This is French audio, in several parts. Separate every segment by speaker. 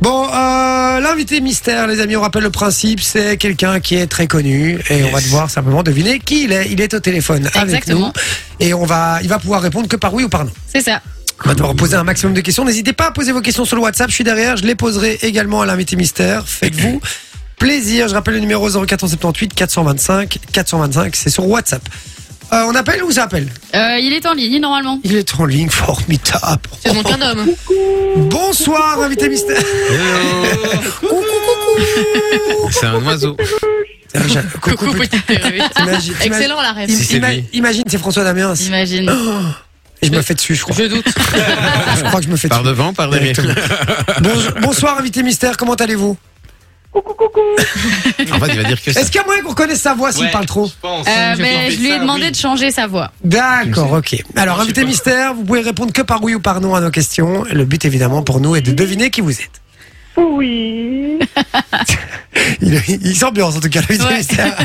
Speaker 1: Bon, euh, l'invité mystère, les amis, on rappelle le principe, c'est quelqu'un qui est très connu et on va devoir simplement deviner qui il est. Il est au téléphone avec nous
Speaker 2: Exactement.
Speaker 1: et on va, il va pouvoir répondre que par oui ou par non.
Speaker 2: C'est ça.
Speaker 1: On va devoir poser un maximum de questions. N'hésitez pas à poser vos questions sur le WhatsApp. Je suis derrière. Je les poserai également à l'invité mystère. Faites-vous plaisir. Je rappelle le numéro 0478 425 425. C'est sur WhatsApp. Euh, on appelle ou ça appelle
Speaker 2: Euh, il est en ligne normalement.
Speaker 1: Il est en ligne, formidable.
Speaker 2: C'est mon qu'un homme.
Speaker 1: Bonsoir, invité mystère. Coucou, coucou.
Speaker 3: C'est un oiseau.
Speaker 1: C'est vrai, j'adore. Euh, Coucou,
Speaker 2: Coucou
Speaker 1: putain.
Speaker 2: petit perruque.
Speaker 1: T'imagines- t'imagines-
Speaker 2: Excellent la rêve.
Speaker 1: im-
Speaker 3: Si c'est
Speaker 1: ima-
Speaker 3: lui.
Speaker 1: Imagine, c'est François Damiens.
Speaker 2: J'imagine.
Speaker 1: Et je me fais dessus, je crois.
Speaker 2: Je doute.
Speaker 1: Je crois que je me fais
Speaker 3: Par
Speaker 1: dessus.
Speaker 3: devant, par derrière.
Speaker 1: Directement. Bonjour- Bonsoir, invité mystère. Comment allez-vous
Speaker 3: En fait, il va dire que ça.
Speaker 1: Est-ce qu'il y a moyen qu'on reconnaisse sa voix s'il
Speaker 4: Ouais,
Speaker 1: parle trop
Speaker 4: Je pense.
Speaker 2: Euh,
Speaker 4: Je
Speaker 2: mais
Speaker 4: pense
Speaker 2: je lui ai
Speaker 4: ça,
Speaker 2: demandé
Speaker 4: oui.
Speaker 2: de changer sa voix.
Speaker 1: D'accord, ok. Alors, invité mystère, vous pouvez répondre que par oui ou par non à nos questions. Le but, évidemment, pour nous est de deviner qui vous êtes.
Speaker 5: Oui.
Speaker 1: Il, il s'ambiance, en tout cas, l'invité
Speaker 2: Ouais.
Speaker 1: mystère.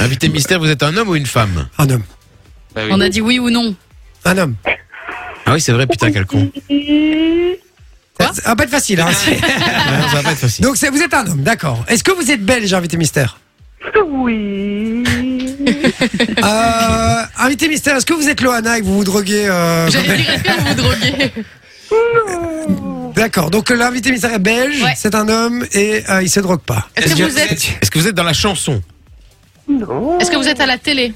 Speaker 3: Invité mystère, vous êtes un homme ou une femme
Speaker 1: Un homme.
Speaker 4: Bah oui.
Speaker 2: On a dit oui ou non.
Speaker 1: Un homme.
Speaker 3: Ah oui, c'est vrai, putain, quel con.
Speaker 2: Quoi
Speaker 1: ça va pas être facile. Hein, c'est-
Speaker 3: Ouais, ça va pas être facile.
Speaker 1: Donc, c'est- vous êtes un homme, d'accord. Est-ce que vous êtes belge, invité mystère
Speaker 5: Oui.
Speaker 1: euh, Invité mystère, est-ce que vous êtes Loana et que vous vous droguez euh,
Speaker 2: J'allais dire est-ce que vous vous droguez
Speaker 1: D'accord, donc l'invité mystère est belge,
Speaker 2: Ouais.
Speaker 1: c'est un homme et euh, il se drogue pas.
Speaker 2: Est-ce que vous êtes
Speaker 3: Est-ce que vous êtes dans la chanson
Speaker 5: Non.
Speaker 2: Est-ce que vous êtes à la télé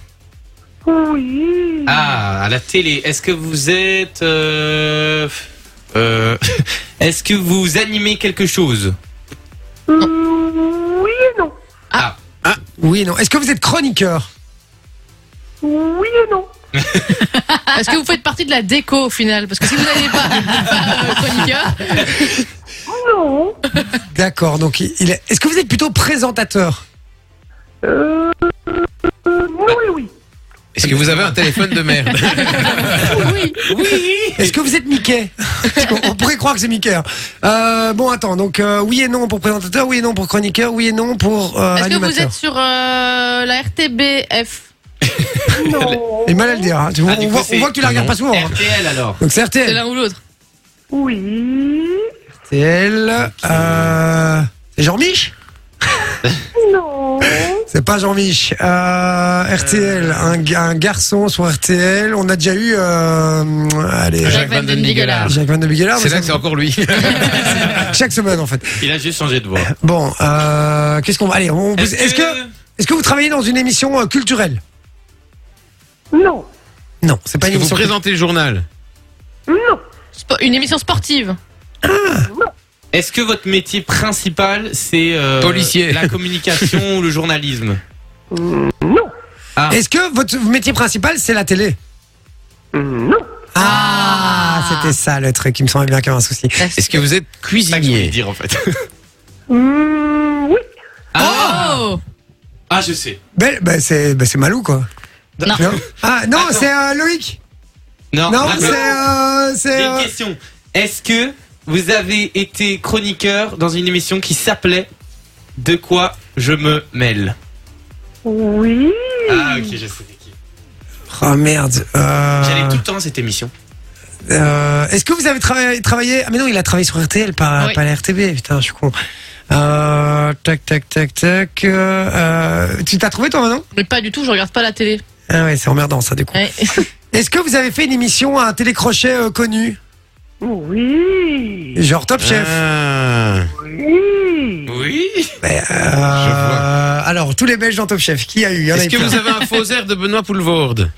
Speaker 5: Oui.
Speaker 4: Ah, à la télé. Est-ce que vous êtes. euh, euh, Est-ce que vous animez quelque chose
Speaker 5: Oui et non.
Speaker 4: Ah,
Speaker 1: Oui, non. Est-ce que vous êtes chroniqueur
Speaker 5: Oui et non.
Speaker 2: Est-ce que vous faites partie de la déco au final Parce que si vous n'allez pas pas, euh, chroniqueur,
Speaker 5: Non.
Speaker 1: D'accord, donc il il est... Est-ce que vous êtes plutôt présentateur
Speaker 5: Euh, euh, oui, oui, oui.
Speaker 3: Est-ce que vous avez un téléphone de merde
Speaker 2: oui.
Speaker 1: Est-ce que vous êtes Mickey Parce qu'on- On pourrait croire que c'est Mickey. hein. Euh, bon, attends, donc euh, oui et non pour présentateur, oui et non pour chroniqueur, oui et non pour euh,
Speaker 2: Est-ce que vous
Speaker 1: animateur.
Speaker 2: êtes sur euh, la RTBF
Speaker 5: Non.
Speaker 1: Il est mal à le dire, hein. Tu vois,
Speaker 4: Ah, du
Speaker 1: on,
Speaker 4: coup,
Speaker 1: voit,
Speaker 4: c'est-
Speaker 1: on voit que tu la
Speaker 3: Ah,
Speaker 1: regardes
Speaker 3: non.
Speaker 1: pas souvent. hein.
Speaker 4: RTL alors.
Speaker 1: Donc c'est
Speaker 2: C'est
Speaker 1: RTL.
Speaker 2: l'un ou l'autre
Speaker 5: Oui.
Speaker 1: RTL. euh, C'est Jean-Mich
Speaker 5: Non.
Speaker 1: C'est pas Jean-Mich. Euh, RTL, un, ga- un garçon sur RTL. On a déjà eu. euh, allez,
Speaker 2: Jacques Van Den Bigelaar.
Speaker 1: Jacques Van de Bigelaar.
Speaker 3: C'est
Speaker 1: mais
Speaker 3: là que c'est
Speaker 1: ça-
Speaker 3: encore lui.
Speaker 1: Chaque semaine en fait.
Speaker 4: Il a juste changé de voix.
Speaker 1: Bon, euh, qu'est-ce qu'on va. Allez, on- est-ce que, est-ce que vous travaillez dans une émission euh, culturelle
Speaker 5: Non.
Speaker 1: Non, c'est pas
Speaker 3: Est-ce
Speaker 1: une
Speaker 3: que vous
Speaker 1: émission.
Speaker 3: présentez le journal
Speaker 5: Non.
Speaker 2: Spo- Une émission sportive
Speaker 4: Est-ce que votre métier principal c'est. euh,
Speaker 3: Policier.
Speaker 4: La communication ou le journalisme
Speaker 5: Non.
Speaker 4: Ah.
Speaker 1: Est-ce que votre métier principal c'est la télé
Speaker 5: Non.
Speaker 1: Ah,
Speaker 2: Ah.
Speaker 1: c'était ça le truc qui me semblait bien qu'il y avait un souci.
Speaker 3: Est-ce que vous êtes
Speaker 4: C'est ça que je voulais
Speaker 3: cuisinier
Speaker 4: dire en fait.
Speaker 1: Oh
Speaker 5: Mm, oui.
Speaker 2: Oh
Speaker 4: Ah, je sais.
Speaker 1: Ben, ben, c'est ben, c'est Malou quoi.
Speaker 2: Non.
Speaker 1: Ah non,
Speaker 4: Attends.
Speaker 1: c'est euh, Loïc.
Speaker 4: Non,
Speaker 1: Non,
Speaker 4: Margot,
Speaker 1: c'est euh, c'est
Speaker 4: j'ai
Speaker 1: euh,
Speaker 4: une question. Est-ce que vous avez été chroniqueur dans une émission qui s'appelait De quoi je me mêle
Speaker 5: Oui.
Speaker 1: Hmm.
Speaker 4: Ah, ok, je sais c'est qui.
Speaker 1: Oh merde. Euh,
Speaker 4: J'allais tout le temps à cette émission.
Speaker 1: euh, Est-ce que vous avez travaillé, travaillé Ah mais non, il a travaillé sur RTL, pas,
Speaker 2: Oui.
Speaker 1: pas la RTB. Putain, je suis con. Euh, tac, tac, tac, tac. euh, euh, tu t'as trouvé toi maintenant
Speaker 2: Mais pas du tout, je regarde pas la télé.
Speaker 1: Ah ouais, c'est emmerdant ça du coup.
Speaker 2: Ouais.
Speaker 1: Est-ce que vous avez fait une émission à un télécrochet euh, connu
Speaker 5: Oui.
Speaker 1: Genre Top Chef
Speaker 3: Ah.
Speaker 5: Oui.
Speaker 4: Oui.
Speaker 1: Euh, Alors, tous les Belges dans Top Chef, qui a eu Il y en a
Speaker 3: Est-ce
Speaker 1: eu
Speaker 3: que
Speaker 1: plein.
Speaker 3: vous avez un faux air de Benoît Poulvorde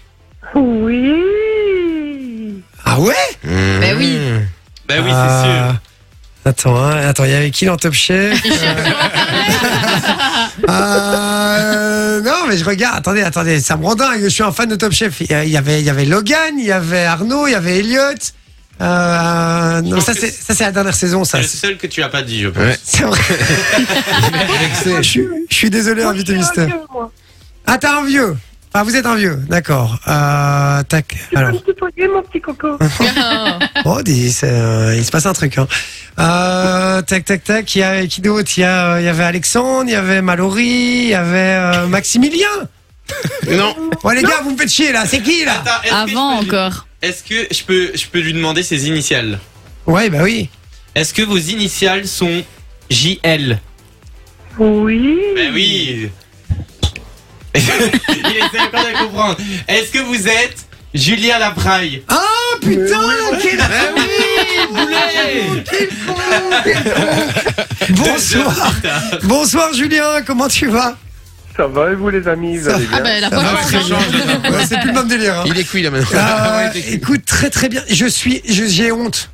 Speaker 5: Oui.
Speaker 1: Ah ouais
Speaker 3: Ben
Speaker 2: oui.
Speaker 4: Bah oui, c'est
Speaker 1: Ah.
Speaker 4: sûr.
Speaker 1: Attends, hein, attends, il y avait qui dans Top Chef Euh, Non, mais je regarde, attendez, attendez, ça me rend dingue, je suis un fan de Top Chef. Il y a- il y avait, il y avait Logan, il y avait Arnaud, il y avait Elliot. Euh, non,
Speaker 4: pense
Speaker 1: ça
Speaker 4: que
Speaker 1: c'est ça, c'est la dernière saison, ça.
Speaker 4: C'est le seul que tu as pas dit, je pense.
Speaker 3: Ouais.
Speaker 1: C'est vrai. je, suis- je suis désolé, invité mystère.
Speaker 5: Moi.
Speaker 1: Ah, t'es un vieux. Ah, vous êtes un vieux, d'accord. Euh, tac.
Speaker 5: Tu peux
Speaker 1: Alors. Hein.
Speaker 5: me tutoyer, mon petit coco
Speaker 2: Ah.
Speaker 1: Oh, dis, c'est, euh, il se passe un truc. Hein. Euh, tac, tac, tac. Il y a qui d'autre Il y, a, euh, il y avait Alexandre, il y avait Mallory, il y avait euh, Maximilien.
Speaker 3: Non.
Speaker 1: Bon, les gars, vous me faites chier là. C'est qui là
Speaker 4: Attends, est-ce que
Speaker 2: Avant
Speaker 4: je peux lui-
Speaker 2: encore.
Speaker 4: Est-ce que je peux, je peux lui demander ses initiales
Speaker 1: Ouais, bah oui.
Speaker 4: Est-ce que vos initiales sont JL.
Speaker 5: Oui.
Speaker 4: Ben oui. Il essaie encore de comprendre. Est-ce que vous êtes Julien Lapraille
Speaker 1: Ah putain, quel
Speaker 3: Ben oui.
Speaker 4: Boulet
Speaker 1: quel con, quel con. Bonsoir, bonsoir Julien, comment tu vas
Speaker 5: Ça va et vous les amis Vous
Speaker 1: Ça
Speaker 5: allez
Speaker 2: Ah ben
Speaker 5: bien
Speaker 2: la
Speaker 3: va,
Speaker 2: prochaine.
Speaker 3: très
Speaker 2: fois,
Speaker 3: gentil.
Speaker 2: hein.
Speaker 1: Ouais, C'est plus le même délire. hein.
Speaker 3: Il est cuit là maintenant.
Speaker 1: Euh, écoute, très très bien. Je suis, je- j'ai honte.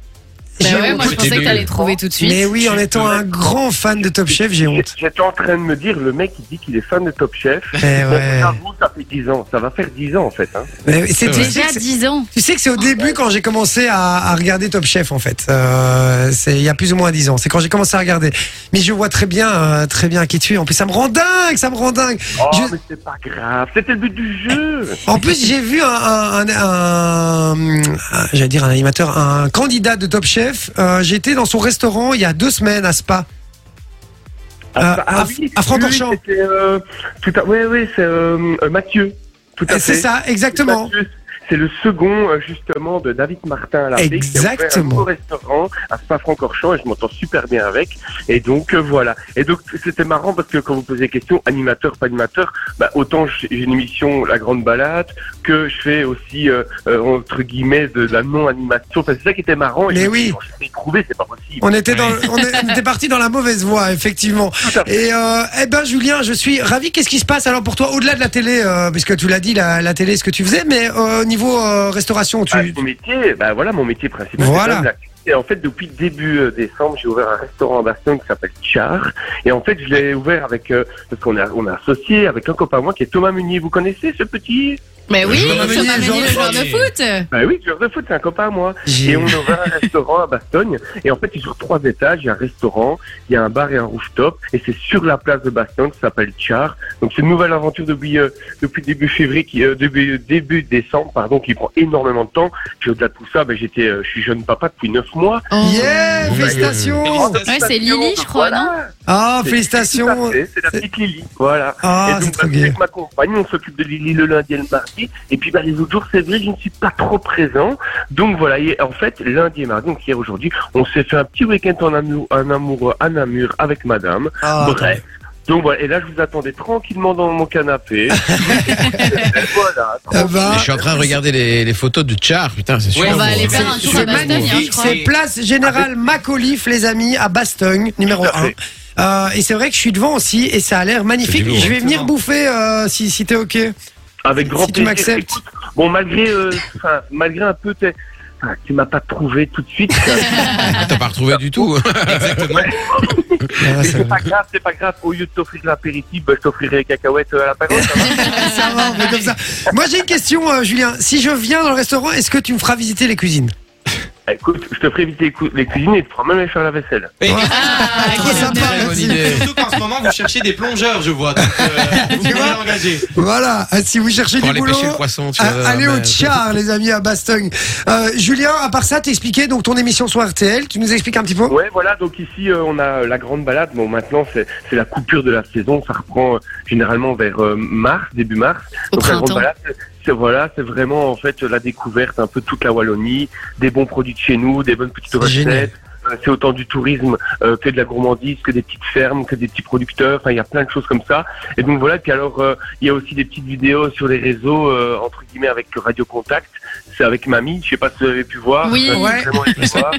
Speaker 1: J'ai
Speaker 2: Ben ouais,
Speaker 1: honte.
Speaker 2: moi je
Speaker 3: J'étais
Speaker 2: pensais que
Speaker 3: nul.
Speaker 2: t'allais trouver tout de suite.
Speaker 1: Mais oui, en étant un grand fan de Top Chef, j'ai honte.
Speaker 5: J'- J'étais en train de me dire, le mec il dit qu'il est fan de Top Chef.
Speaker 1: Eh ouais.
Speaker 5: J'avoue, ça fait 10 ans. Ça va faire 10 ans en fait. Hein.
Speaker 1: Mais c'est- tu, sais
Speaker 6: Déjà
Speaker 1: que c'est-
Speaker 6: 10 ans.
Speaker 1: tu sais que c'est au début quand j'ai commencé à, à regarder Top Chef en fait. Euh, c'est il y a plus ou moins 10 ans. C'est quand j'ai commencé à regarder. Mais je vois très bien, euh, très bien qui tu es. En plus, ça me rend dingue, ça me rend dingue.
Speaker 5: Oh,
Speaker 1: Je- Euh,
Speaker 5: mais c'est pas grave. C'était le but du jeu.
Speaker 1: En plus, j'ai vu un, un, un, un- un- j'allais dire un animateur, un candidat de Top Chef. Euh, J'étais dans son restaurant il y a deux semaines à Spa. Euh, à- à Francorchamps.
Speaker 5: Ah, oui, c'était, euh, tout à- ouais, ouais, c'est euh, euh, Mathieu. Tout
Speaker 1: Eh,
Speaker 5: à fait.
Speaker 1: C'est ça, exactement.
Speaker 5: Mathieu, C'est le second, euh, justement, de David Martin à la Baie, qui a ouvert
Speaker 1: Exactement.
Speaker 5: Un nouveau restaurant à Spa-Francorchamps et je m'entends super bien avec. Et donc, euh, voilà. Et donc, c'était marrant parce que quand vous posez la question, animateur, pas animateur, bah, autant j'ai j'ai une émission La Grande Balade que je fais aussi, euh, euh, entre guillemets, de la non-animation. Enfin, c'est ça qui était marrant. Et
Speaker 1: Mais
Speaker 5: je me
Speaker 1: oui.
Speaker 5: dis, Je l'ai trouvé, c'est pas possible.
Speaker 1: On était dans, on est- on était parti dans la mauvaise voie, effectivement.
Speaker 5: Tout à fait.
Speaker 1: Et euh, eh ben, Julien, je suis ravi. Qu'est-ce qui se passe alors pour toi au-delà de la télé, euh, puisque tu l'as dit, la, la télé, ce que tu faisais, mais euh, niveau euh, restauration, tu.
Speaker 5: Ah, mon métier, bah voilà, mon métier principal. c'est
Speaker 1: Voilà.
Speaker 5: quand même la- Et en fait, depuis début euh, décembre, j'ai ouvert un restaurant à Baston qui s'appelle Char. Et en fait, je l'ai ouvert avec, euh, parce qu'on a, on a associé avec un copain à moi qui est Thomas Munier. Vous connaissez ce petit
Speaker 6: Mais oui,
Speaker 3: Thomas
Speaker 6: Thomas
Speaker 1: Meunier,
Speaker 6: Meunier,
Speaker 1: joueur
Speaker 6: le
Speaker 1: de
Speaker 6: joueur de
Speaker 4: foot.
Speaker 6: foot.
Speaker 5: Bah oui, joueur de foot, c'est un copain à moi.
Speaker 1: J'ai-
Speaker 5: Et on a ouvert un restaurant à Bastogne. Et en fait, c'est sur trois étages. Il y a un restaurant, il y a un bar et un rooftop. Et c'est sur la place de Bastogne, ça s'appelle Char. Donc c'est une nouvelle aventure depuis, euh, depuis début février, qui, euh, début, début décembre, pardon, qui prend énormément de temps. Puis au-delà de tout ça, ben j'étais, euh, je suis jeune papa depuis neuf mois.
Speaker 2: Oh.
Speaker 1: Yeah,
Speaker 3: Ouais.
Speaker 1: félicitations.
Speaker 6: Ouais, c'est Lily, je crois, non
Speaker 1: Ah,
Speaker 5: C'est- tout à
Speaker 1: félicitations.
Speaker 5: fait, C'est la petite Lily, voilà.
Speaker 1: Ah,
Speaker 5: et
Speaker 1: c'est
Speaker 5: donc,
Speaker 1: trop
Speaker 5: bah,
Speaker 1: bien.
Speaker 5: avec ma compagne, on s'occupe de Lily le lundi et le mardi. Et puis, bah, les autres jours, c'est vrai, je ne suis pas trop présent. Donc, voilà. Et en fait, lundi et mardi, donc hier, aujourd'hui, on s'est fait un petit week-end en amour, en amour, à Namur avec madame.
Speaker 1: Ah,
Speaker 5: Bref. Donc, voilà. Et là, je vous attendais tranquillement dans mon canapé. Et voilà.
Speaker 1: eh ben,
Speaker 3: Mais je suis en train de regarder les, les photos de Char, putain, c'est super.
Speaker 6: on va
Speaker 3: beau,
Speaker 6: aller
Speaker 3: hein.
Speaker 6: faire un
Speaker 3: C'est
Speaker 6: tour à
Speaker 3: super beau.
Speaker 6: Bastogne, hein, je crois.
Speaker 1: C'est place Générale Macolif, les amis, à Bastogne, numéro 1.
Speaker 5: à fait.
Speaker 1: Euh, et c'est vrai que je suis devant aussi, et ça a l'air
Speaker 3: C'est
Speaker 1: magnifique.
Speaker 3: du lourd.
Speaker 1: Je vais venir bouffer euh, si, si t'es OK.
Speaker 5: Avec
Speaker 1: Si
Speaker 5: grand
Speaker 1: tu
Speaker 5: plaisir.
Speaker 1: m'acceptes.
Speaker 5: Écoute, Bon, malgré, euh, enfin, malgré un peu tes- enfin, tu m'as pas trouvé tout de suite.
Speaker 3: T'as pas retrouvé du tout.
Speaker 1: Ah,
Speaker 5: Mais
Speaker 1: ça
Speaker 5: c'est
Speaker 1: va.
Speaker 5: pas grave, c'est pas grave. Au lieu de t'offrir l'apéritif, bah, je t'offrirai les cacahuètes euh, à la parole. ça va
Speaker 1: Ça va, on fait comme ça. Moi j'ai une question, euh, Julien. Si je viens dans le restaurant, est-ce que tu me feras visiter les cuisines
Speaker 5: Bah, Écoute, je te ferai éviter les, cou- les cuisines et tu pourras même aller faire la vaisselle.
Speaker 4: Et-
Speaker 2: Ah,
Speaker 1: Trop
Speaker 2: quelle
Speaker 1: sympa,
Speaker 2: belle.
Speaker 1: merci.
Speaker 4: Surtout qu'en ce moment, vous cherchez des plongeurs, je vois. Donc, euh, vous
Speaker 1: Tu
Speaker 4: pouvez
Speaker 1: vois
Speaker 4: l'engager.
Speaker 1: Voilà, euh, si vous cherchez
Speaker 3: Pour
Speaker 1: du
Speaker 3: aller
Speaker 1: boulot.
Speaker 3: pêcher le poisson, tu
Speaker 1: à-
Speaker 3: vois,
Speaker 1: allez
Speaker 3: mais- euh,
Speaker 1: au char, les amis, à Bastogne. Euh, Julien, à part ça, t'expliquais donc ton émission sur RTL. Tu nous expliques un petit peu
Speaker 5: Ouais, voilà, donc ici euh, on a euh, la grande balade. Bon, maintenant c'est c'est la coupure de la saison, ça reprend euh, généralement vers euh, mars, début mars.
Speaker 6: Au
Speaker 5: donc la grande
Speaker 6: printemps.
Speaker 5: balade, c'est- c'est voilà, c'est vraiment en fait la découverte un peu toute la Wallonie, des bons produits de chez nous, des bonnes petites
Speaker 1: C'est génial.
Speaker 5: recettes. Euh, C'est autant du tourisme euh, que de la gourmandise, que des petites fermes, que des petits producteurs. Enfin, il y a plein de choses comme ça. Et donc voilà. Puis alors, euh, il y a aussi des petites vidéos sur les réseaux euh, entre guillemets avec Radio Contact. C'est avec Mamie. Je sais pas si vous avez pu voir.
Speaker 6: Oui.
Speaker 5: Euh, j'ai
Speaker 1: Ouais.
Speaker 5: vraiment aimé voir.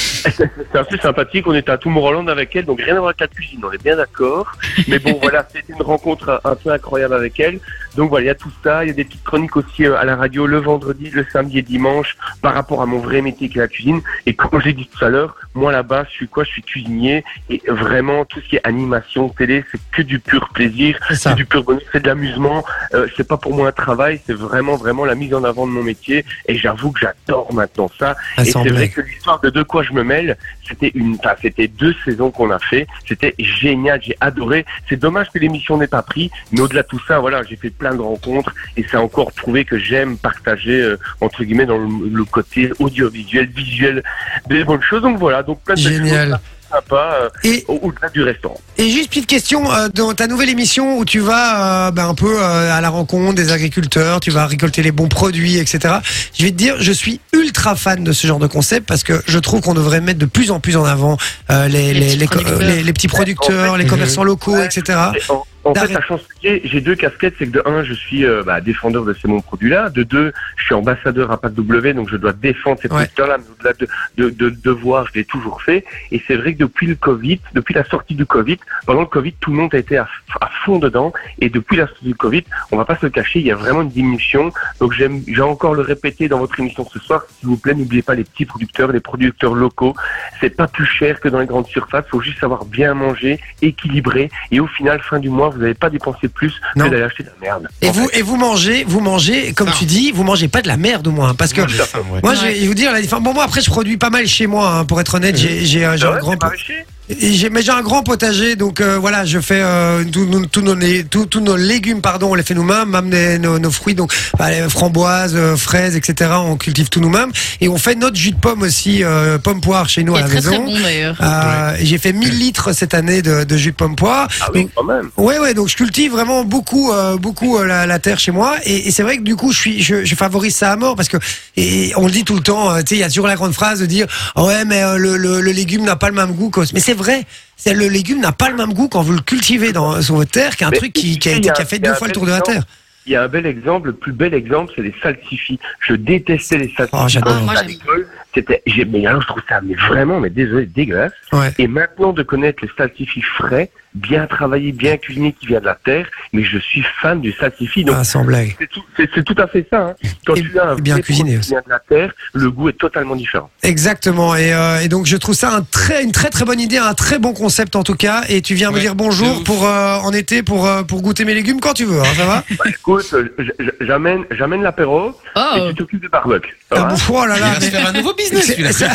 Speaker 5: C'est assez sympathique, on était à Tomorrowland avec elle, donc rien à voir avec la cuisine, on est bien d'accord. Mais bon, voilà, c'était une rencontre un, un peu incroyable avec elle. Donc voilà, il y a tout ça, il y a des petites chroniques aussi euh, à la radio le vendredi, le samedi et dimanche par rapport à mon vrai métier qui est la cuisine. Et comme j'ai dit tout à l'heure, moi là-bas, je suis quoi Je suis cuisinier et vraiment tout ce qui est animation, télé, c'est que du pur plaisir,
Speaker 1: C'est
Speaker 5: c'est
Speaker 1: ça.
Speaker 5: du pur bonheur, c'est de l'amusement. Euh, c'est pas pour moi un travail, c'est vraiment vraiment la mise en avant de mon métier. Et j'avoue que j'adore maintenant ça.
Speaker 1: Ah,
Speaker 5: Et
Speaker 1: sans
Speaker 5: c'est vrai
Speaker 1: blague.
Speaker 5: que l'histoire de De quoi je me mêle, c'était une, enfin, c'était deux saisons qu'on a fait. C'était génial, j'ai adoré. C'est dommage que l'émission n'ait pas pris, mais au-delà de tout ça, voilà, j'ai fait plein de rencontres et ça a encore prouvé que j'aime partager, euh, entre guillemets, dans le, le côté audiovisuel, visuel, des bonnes choses. Donc voilà, donc plein de belles
Speaker 1: Génial.
Speaker 5: choses. sympa euh,
Speaker 1: Et,
Speaker 5: au- au-delà du restaurant.
Speaker 1: et juste petite question, euh, dans ta nouvelle émission où tu vas euh, ben, un peu euh, à la rencontre des agriculteurs, tu vas récolter les bons produits, etc. Je vais te dire, je suis ultra fan de ce genre de concept parce que je trouve qu'on devrait mettre de plus en plus en avant euh, les,
Speaker 2: Les
Speaker 1: les, les
Speaker 2: petits
Speaker 1: co- euh,
Speaker 2: producteurs.
Speaker 1: les- les petits producteurs, les
Speaker 3: Mhm.
Speaker 1: commerçants locaux,
Speaker 5: Ouais.
Speaker 1: etc.
Speaker 5: Et En, en fait,
Speaker 1: Ah. D'arrêt.
Speaker 5: la chance que j'ai, j'ai deux casquettes, c'est que de un, je suis euh, bah, défendeur de ces bons produits-là. De deux, je suis ambassadeur à PAC-W, donc je dois défendre ces
Speaker 1: Ouais.
Speaker 5: producteurs-là. Mais au-delà de, de, de, de devoir, je l'ai toujours fait. Et c'est vrai que depuis le Covid, depuis la sortie du Covid, pendant le Covid, tout le monde a été à, à fond dedans. Et depuis la sortie du Covid, on va pas se le cacher, il y a vraiment une diminution. Donc j'aime, j'ai encore le répété dans votre émission ce soir. S'il vous plaît, n'oubliez pas les petits producteurs, les producteurs locaux. C'est pas plus cher que dans les grandes surfaces. Faut juste savoir bien manger, équilibrer. Et au final, fin du mois, vous n'avez pas dépensé plus
Speaker 1: Non.
Speaker 5: que d'aller acheter de la merde. Ah
Speaker 1: Et
Speaker 5: En
Speaker 1: vous, et vous mangez, vous mangez, comme
Speaker 3: Ça.
Speaker 1: tu dis, vous mangez pas de la merde au moins, hein, parce que
Speaker 3: Moi, j'ai faim, ouais.
Speaker 1: Moi,
Speaker 2: Ouais.
Speaker 1: je vais vous dire la différence. Bon, moi, après, je produis pas mal chez moi, hein, pour être honnête. J'ai, j'ai, euh,
Speaker 5: fait.
Speaker 1: j'ai
Speaker 5: Ah
Speaker 1: un
Speaker 5: ouais,
Speaker 1: grand,
Speaker 5: t'es
Speaker 1: po-
Speaker 5: maraîcher
Speaker 1: et j'ai, mais j'ai un grand potager, donc euh, voilà, je fais euh, tous nos- tous nos, lé- tous- tous nos légumes, pardon, on les fait nous-mêmes, même des- nos, nos fruits, donc bah, les framboises, euh, fraises, etc. On cultive tout nous-mêmes et on fait notre jus de pomme aussi, euh, pomme poire chez nous
Speaker 2: Il
Speaker 1: à
Speaker 2: est
Speaker 1: la
Speaker 2: très très
Speaker 1: maison.
Speaker 2: bon d'ailleurs.
Speaker 1: Euh, J'ai fait 1000 litres cette année de, de jus de pomme poire.
Speaker 5: Ah
Speaker 1: Donc,
Speaker 5: oui, quand même.
Speaker 1: Ouais, ouais, donc je cultive vraiment beaucoup, euh, beaucoup euh, la, la terre chez moi, et, et c'est vrai que du coup, je suis, je, je favorise ça à mort parce que et on le dit tout le temps, euh, tu sais, il y a toujours la grande phrase de dire Ah ouais, mais euh, le, le, le légume n'a pas le même goût, qu'au- mais c'est vrai, c'est le légume n'a pas le même goût quand vous le cultivez dans sur votre terre qu'un
Speaker 5: Mais
Speaker 1: truc qui, qui, a,
Speaker 5: il y
Speaker 1: été-
Speaker 5: a-
Speaker 1: qui a fait
Speaker 5: il y a
Speaker 1: deux
Speaker 5: un
Speaker 1: fois le
Speaker 5: bel
Speaker 1: tour de la
Speaker 5: exemple.
Speaker 1: terre.
Speaker 5: Il y a un bel exemple, le plus bel exemple, c'est les salsifis. Je détestais les salsifis.
Speaker 1: Oh, j'adore.
Speaker 2: Ah, moi,
Speaker 5: à
Speaker 2: j'aime.
Speaker 5: l'école. C'était, j'ai- mais alors je trouve ça, mais vraiment, mais désolé, dégueulasse.
Speaker 1: Ouais.
Speaker 5: Et maintenant de connaître les salsifis frais, bien travaillés, bien cuisinés, qui vient de la terre, mais je suis fan du salsifis. Donc
Speaker 1: Ah, sans blague.
Speaker 5: c'est tout, c'est- c'est tout à fait ça. hein. Quand
Speaker 1: Et-
Speaker 5: tu as un
Speaker 1: et bien
Speaker 5: vrai
Speaker 1: cuisiné
Speaker 5: produit
Speaker 1: aussi.
Speaker 5: qui vient de la terre, le goût est totalement différent.
Speaker 1: Exactement. Et, euh, et donc je trouve ça un très, une très très bonne idée, un très bon concept en tout cas. Et tu viens me
Speaker 4: Ouais,
Speaker 1: dire
Speaker 4: de
Speaker 1: bonjour
Speaker 4: ouf.
Speaker 1: pour euh, en été pour euh, pour goûter mes légumes quand tu veux. hein, ça va
Speaker 5: Écoute, euh, j- j- j'amène, j'amène l'apéro et
Speaker 2: Oh,
Speaker 5: tu t'occupes du barbecue. Ça
Speaker 1: Ah
Speaker 5: va
Speaker 1: bon, oh là
Speaker 3: Il
Speaker 1: là.
Speaker 3: va
Speaker 1: mais-
Speaker 3: se faire un nouveau business,
Speaker 1: C'est-
Speaker 3: celui-là.
Speaker 1: ça,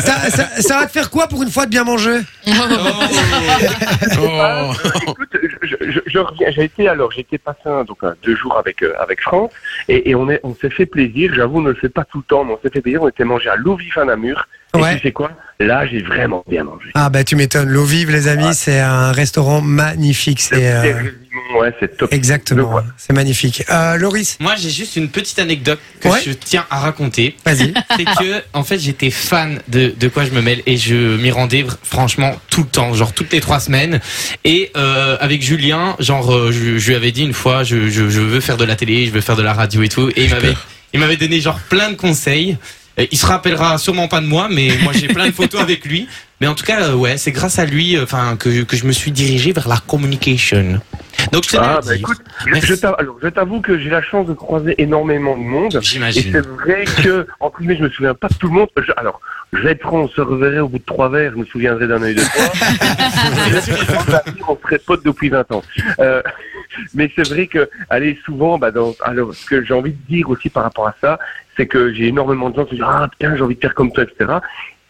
Speaker 1: ça- ça- ça va te faire quoi pour une fois de bien manger
Speaker 3: Oh.
Speaker 5: Écoute, je, je- je- je reviens. J'ai été alors, j'étais passé un, donc un, deux jours avec euh, avec France et, et on est, on s'est fait plaisir. J'avoue, on ne le fait pas tout le temps, mais on s'est fait plaisir. On était mangé à Louvif à Namur. Et
Speaker 1: Ouais.
Speaker 5: tu sais quoi Là, j'ai vraiment bien mangé.
Speaker 1: Ah bah tu m'étonnes. L'eau vive, les amis, c'est un restaurant magnifique. C'est euh,
Speaker 5: C'est résumé, ouais, c'est top.
Speaker 1: exactement.
Speaker 5: Je vois.
Speaker 1: C'est magnifique. Euh, Loris,
Speaker 4: Moi, j'ai juste une petite anecdote que
Speaker 1: Ouais.
Speaker 4: je tiens à raconter.
Speaker 1: vas-y.
Speaker 4: C'est que, en fait, j'étais fan de, de quoi je me mêle et je m'y rendais vr- franchement tout le temps, genre toutes les trois semaines. Et euh, avec Julien, genre, euh, je, je lui avais dit une fois, je, je, je veux faire de la télé, je veux faire de la radio et tout. Et il m'avait, il m'avait donné genre plein de conseils. Et il se rappellera sûrement pas de moi, mais moi j'ai plein de photos avec lui. Mais en tout cas, euh, ouais, c'est grâce à lui, enfin, que, que je me suis dirigé vers la communication. Donc je tenais à
Speaker 5: Ah
Speaker 4: le
Speaker 5: bah
Speaker 4: dire.
Speaker 5: écoute, je,
Speaker 4: Merci.
Speaker 5: je t'avoue- alors, je t'avoue que j'ai la chance de croiser énormément de monde. Et
Speaker 4: j'imagine.
Speaker 5: c'est vrai que, en guillemets, je me souviens pas de tout le monde. Je- alors, je vais être franc, on se reverrait au bout de trois verres, je me souviendrai d'un œil de trois. Je vais être franc, bah, on serait potes depuis 20 ans. Euh, mais c'est vrai que, allez, souvent, bah, dans, alors, ce que j'ai envie de dire aussi par rapport à ça, c'est que j'ai énormément de gens qui disent, ah, putain, j'ai envie de faire comme toi, etc.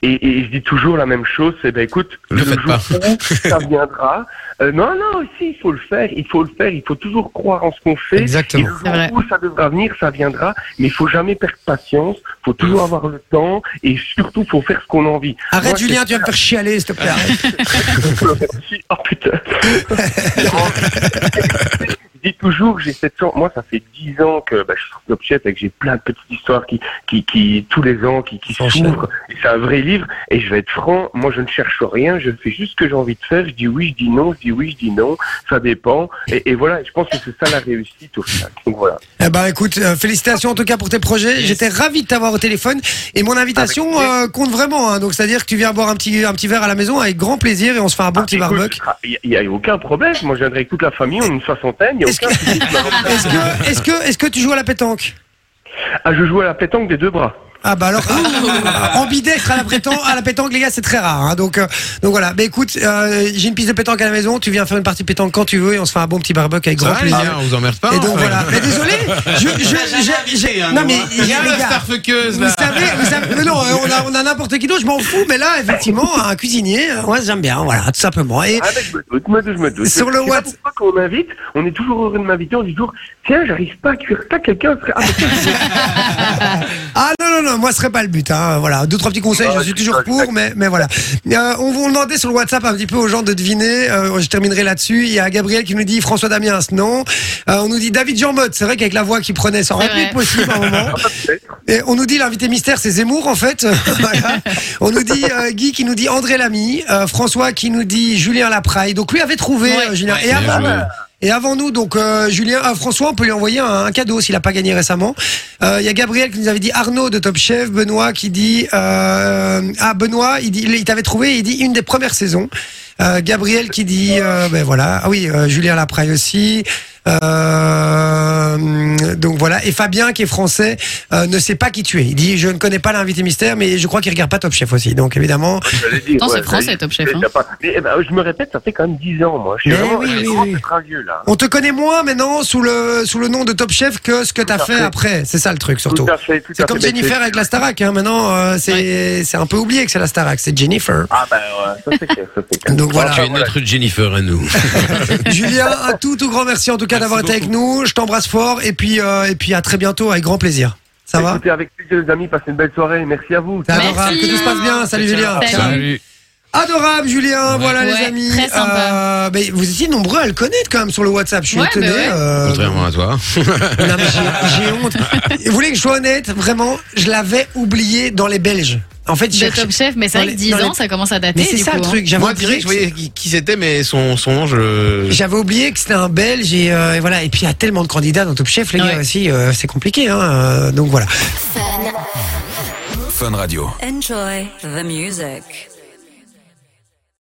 Speaker 5: Et, et je dis toujours la même chose, c'est, bah, écoute,
Speaker 3: Le faites
Speaker 5: jour où ça viendra, euh, non, non, si, il faut le faire, il faut le faire, il faut toujours croire en ce qu'on fait. Et
Speaker 1: Exactement.
Speaker 5: le
Speaker 2: C'est
Speaker 5: jour
Speaker 2: vrai.
Speaker 5: où ça devra venir, ça viendra, mais il faut jamais perdre patience, faut toujours avoir le temps et surtout faut faire ce qu'on a envie.
Speaker 1: Arrête
Speaker 5: Moi,
Speaker 1: Julien, tu vas me faire chialer, s'il te plaît. arrête.
Speaker 5: oh putain. Je dis toujours, j'ai cette chance. Moi, ça fait 10 ans que bah, je suis sur Top Chef et que j'ai plein de petites histoires qui, qui, qui tous les ans, qui, qui
Speaker 1: S'enchaînent.
Speaker 5: s'ouvrent. Et c'est un vrai livre. Et je vais être franc, moi, je ne cherche rien. Je fais juste ce que j'ai envie de faire. Je dis oui, je dis non, je dis oui, je dis non. Ça dépend. Et, et voilà, je pense que c'est ça la réussite au final. Donc voilà.
Speaker 1: Eh ben écoute, euh, félicitations en tout cas pour tes projets.
Speaker 4: Yes.
Speaker 1: J'étais ravi de t'avoir au téléphone et mon invitation euh,
Speaker 5: Avec
Speaker 1: compte vraiment. hein. Donc c'est-à-dire que tu viens boire un petit un petit verre à la maison avec grand plaisir et on se fait un bon petit
Speaker 5: Ah, Écoute,
Speaker 1: barbecue.
Speaker 5: Il n'y a, il y a aucun problème. Moi, je viendrai avec toute la famille. On est une soixantaine. Il n'y a
Speaker 1: Est-ce que-
Speaker 5: aucun souci.
Speaker 1: Est-ce que est-ce que est-ce que tu joues à la pétanque
Speaker 5: Ah, je joue à la pétanque des deux bras.
Speaker 1: Ah bah alors ambidextre à la pétanque, à la pétanque les gars c'est très rare hein. donc euh, donc voilà mais écoute euh, j'ai une piste de pétanque à la maison tu viens faire une partie de pétanque quand tu veux et on se fait un bon petit barbecue avec
Speaker 3: Ça
Speaker 1: grand
Speaker 3: va, les
Speaker 1: plaisir
Speaker 3: gars, on vous emmerde pas.
Speaker 1: et donc
Speaker 3: enfin.
Speaker 1: voilà mais désolé je, je,
Speaker 4: jamais
Speaker 1: je-
Speaker 4: invité, hein,
Speaker 1: non
Speaker 4: nous,
Speaker 1: mais
Speaker 4: hein.
Speaker 1: les
Speaker 3: Il y a la
Speaker 1: gars,
Speaker 3: starfuckeuse,
Speaker 1: vous
Speaker 3: là.
Speaker 1: savez, vous savez- mais non, euh, on a, on a n'importe qui d'autre, je m'en fous, mais là, effectivement, un cuisinier, euh, moi, j'aime bien, voilà, tout simplement. Et
Speaker 5: Ah, ben, je me doute, moi, je me doute.
Speaker 1: Sur le
Speaker 5: Tu sais pas
Speaker 1: what-
Speaker 5: pourquoi quand on m'invite, on est toujours heureux de m'inviter. On dit toujours, tiens, j'arrive pas à cuire ça, quelqu'un serait. Ah, mais tiens, je vais-
Speaker 1: Ah non, non, non, euh, moi, ce serait pas le but. Hein. Voilà, deux trois petits conseils,
Speaker 5: Ah,
Speaker 1: je suis
Speaker 5: je
Speaker 1: toujours
Speaker 5: suis pas
Speaker 1: pour, mais mais voilà. Euh, on vous demandait sur le WhatsApp un petit peu aux gens de deviner. euh, je terminerai là-dessus. Il y a Gabriel qui nous dit François Damiens, non. Euh, on nous dit David Jean Motte. C'est vrai qu'avec la voix qu'il prenait, ça aurait
Speaker 2: C'est
Speaker 1: pu
Speaker 2: vrai.
Speaker 1: être possible à un moment.
Speaker 5: Ah, bah, peut-être.
Speaker 1: Et on nous dit l'invité mystère, c'est Zemmour en fait. Voilà. On nous dit euh, Guy qui nous dit André Lamy, euh, François qui nous dit Julien Lapraille. Donc lui avait trouvé
Speaker 2: Ouais.
Speaker 1: euh, Julien.
Speaker 3: Ouais,
Speaker 1: et,
Speaker 3: bien
Speaker 1: avant,
Speaker 3: joué.
Speaker 1: et avant nous, donc euh, Julien, euh, François, on peut lui envoyer un, un cadeau s'il a pas gagné récemment. Euh, Il y a Gabriel qui nous avait dit Arnaud de Top Chef, Benoît qui dit euh, ah Benoît, il dit il t'avait trouvé, il dit une des premières saisons. Euh, Gabriel qui dit euh, ben voilà ah oui euh, Julien Lapraille aussi. Euh, donc voilà et Fabien qui est français euh, ne sait pas qui tu es. Il dit je ne connais pas l'invité mystère mais je crois qu'il regarde pas Top Chef aussi. Donc évidemment
Speaker 5: J'allais dire,
Speaker 2: Pourtant,
Speaker 5: ouais,
Speaker 2: c'est français,
Speaker 5: j'allais-
Speaker 2: Top Chef. hein.
Speaker 5: j'allais pas- Mais, eh ben, je me répète, ça fait quand même 10 ans, moi. Je suis
Speaker 1: Mais
Speaker 5: vraiment
Speaker 1: Eh oui,
Speaker 5: je
Speaker 1: oui,
Speaker 5: commence
Speaker 1: oui.
Speaker 5: à être un vieux, là.
Speaker 1: on te connaît moins maintenant sous le sous le nom de Top Chef que ce que t'as
Speaker 5: Tout à
Speaker 1: fait
Speaker 5: fait.
Speaker 1: après. C'est ça le truc surtout.
Speaker 5: Tout à fait, tout à
Speaker 1: C'est comme
Speaker 5: fait.
Speaker 1: Jennifer avec la Starac hein. maintenant euh, c'est c'est un peu oublié que c'est la Starac, c'est Jennifer.
Speaker 5: Ah, ben, ouais, ça c'est clair, ça c'est clair. ben,
Speaker 1: Donc voilà.
Speaker 3: Tu es notre Jennifer à nous.
Speaker 1: Julien, un tout tout grand merci en tout cas
Speaker 4: Merci
Speaker 1: d'avoir été avec nous. Je t'embrasse fort et puis euh, et puis à très bientôt avec grand plaisir. Ça va
Speaker 5: Écoutez, avec plaisir, les amis, passez une belle soirée. Merci à vous.
Speaker 1: C'est
Speaker 2: Merci.
Speaker 1: adorable. Que tout se passe bien. Salut Julien.
Speaker 2: Salut.
Speaker 1: Ciao. Adorable Julien. Voilà les
Speaker 2: Ouais,
Speaker 1: amis.
Speaker 2: très sympa.
Speaker 1: Euh, mais vous étiez nombreux à le connaître quand même sur le WhatsApp. Je suis
Speaker 2: Ouais,
Speaker 1: étonné.
Speaker 2: bah ouais.
Speaker 1: euh,
Speaker 3: Contrairement à toi.
Speaker 1: non, mais j'ai- j'ai honte. Vous voulez que je sois honnête Vraiment, je l'avais oublié dans les Belges. En fait, je
Speaker 2: De
Speaker 1: cherchais-
Speaker 2: Top Chef, mais c'est
Speaker 1: Dans
Speaker 2: vrai que
Speaker 1: les-
Speaker 2: 10
Speaker 1: dans les-
Speaker 2: ans, ça commence à dater.
Speaker 1: Mais c'est
Speaker 2: du
Speaker 1: ça
Speaker 2: coup,
Speaker 1: le
Speaker 2: hein.
Speaker 1: truc. J'avais
Speaker 3: Moi,
Speaker 1: oublié,
Speaker 3: direct, je
Speaker 1: que c'est-
Speaker 3: voyais qui, qui c'était, mais son, son nom, je.
Speaker 1: j'avais oublié que c'était un Belge et, euh, et voilà. Et puis il y a tellement de candidats dans Top Chef, les gars
Speaker 2: Ouais.
Speaker 1: aussi, euh, c'est compliqué. Hein, euh, donc voilà.
Speaker 6: Fun Radio.
Speaker 7: Enjoy the music.